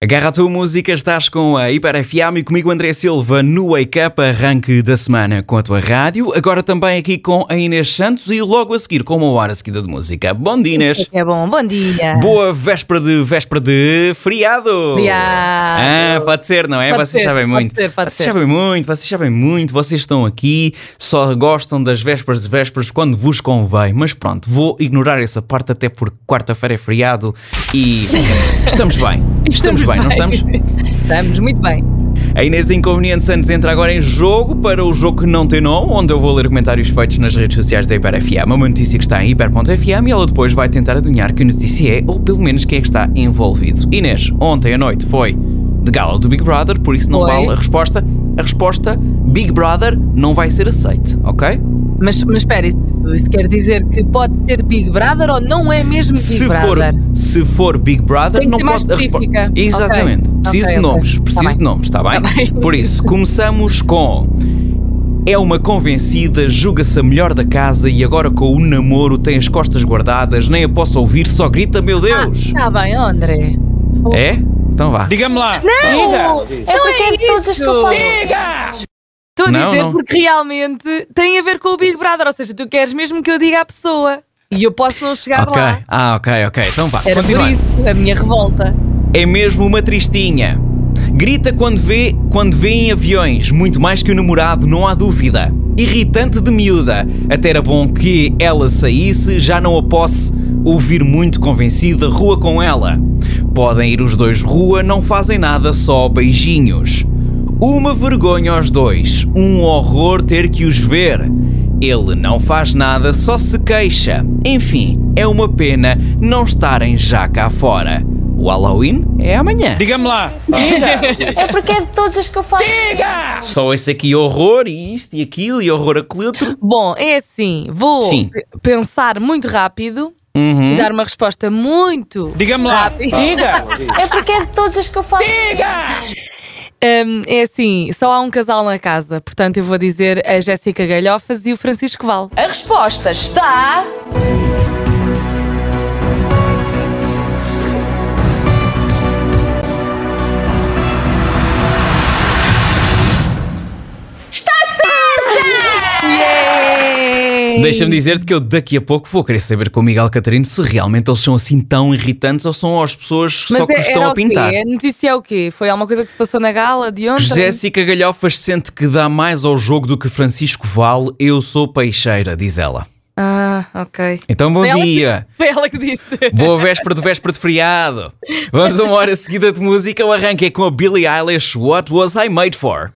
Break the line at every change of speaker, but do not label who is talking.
Agarra a tua música, estás com a Hiper FM e comigo André Silva no Wake Up, arranque da semana com a tua rádio. Agora também aqui com a Inês Santos e logo a seguir com uma hora seguida de música. Bom dia,
Isso é
Inês!
que É bom, bom dia.
Boa véspera de véspera de feriado!
Feriado.
Ah, pode ser, não é?
Pode
vocês
ser,
sabem
pode
muito.
ser, pode
vocês
ser.
sabem muito, vocês sabem muito, vocês estão aqui, só gostam das vésperas de vésperas quando vos convém. Mas pronto, vou ignorar essa parte até porque quarta-feira é feriado e estamos bem. Estamos, bem, não estamos?
Estamos muito bem.
A Inês Inconveniente Santos entra agora em jogo para o jogo que não tem nome, onde eu vou ler comentários feitos nas redes sociais da Hiper FM. Uma notícia que está em hiper.fm e ela depois vai tentar adivinhar que notícia é, ou pelo menos quem é que está envolvido. Inês, ontem à noite foi de gala do Big Brother, por isso não
Foi.
vale a resposta. A resposta Big Brother não vai ser aceite, ok?
Mas, mas espera, isso, isso quer dizer que pode ser Big Brother ou não é mesmo Big
se for
Brother?
se for Big Brother
Tem que
não
ser mais
pode a respo-
específica.
exatamente
Ok,
preciso de
ok, ok.
nomes
Tá
preciso
bem.
de nomes está bem?
Tá bem.
por isso começamos com é uma convencida, julga-se a melhor da casa e agora com o namoro tem as costas guardadas, nem a posso ouvir, só grita meu
Ah,
Deus.
Está bem, ó, André.
É? Então vá.
Diga-me lá.
Não!
Diga.
É porque é de todas que eu falo. Estou a
Não,
dizer
não.
porque realmente tem a ver com o Big Brother, ou seja, tu queres mesmo que eu diga à pessoa e eu posso não chegar
Ok.
lá.
Ah, ok, ok. Então vá.
Tá Era por
Continuando.
isso a minha revolta.
É mesmo uma tristinha. Grita quando vê, quando vê em aviões, muito mais que o namorado, não há dúvida. Irritante de miúda. Até era bom que ela saísse, já não a posse ouvir muito convencida, rua com ela. Podem ir os dois rua, não fazem nada, só beijinhos. Uma vergonha aos dois, um horror ter que os ver. Ele não faz nada, só se queixa. Enfim, é uma pena não estarem já cá fora. O Halloween é amanhã.
Diga-me lá.
É porque é de todas as que eu faço.
Só esse aqui horror e isto e aquilo e horror aquele outro.
Bom, é assim, vou
Sim. Uhum.
pe- pensar muito rápido e dar uma resposta muito
Diga-me lá.
rápida.
É porque é de todas as que eu faço.
Hum, é assim, só há um casal na casa, portanto eu vou dizer a Jéssica Galhofas e o Francisco Val.
A resposta está.
Deixa-me dizer-te que eu daqui a pouco vou querer saber com o Miguel Catarino se realmente eles são assim tão irritantes ou são as pessoas só que os
é-
estão
era
a pintar.
O quê? A notícia é o quê? Foi alguma coisa que se passou na gala de ontem?
Jéssica Galhofas sente que dá mais ao jogo do que Francisco Val. Eu sou peixeira, diz ela.
Ah, ok.
Então bom
Foi ela que-
dia.
Foi ela que disse.
Boa véspera de véspera de feriado. Vamos a uma hora seguida de música. O arranque é com a Billie Eilish. What was I made for?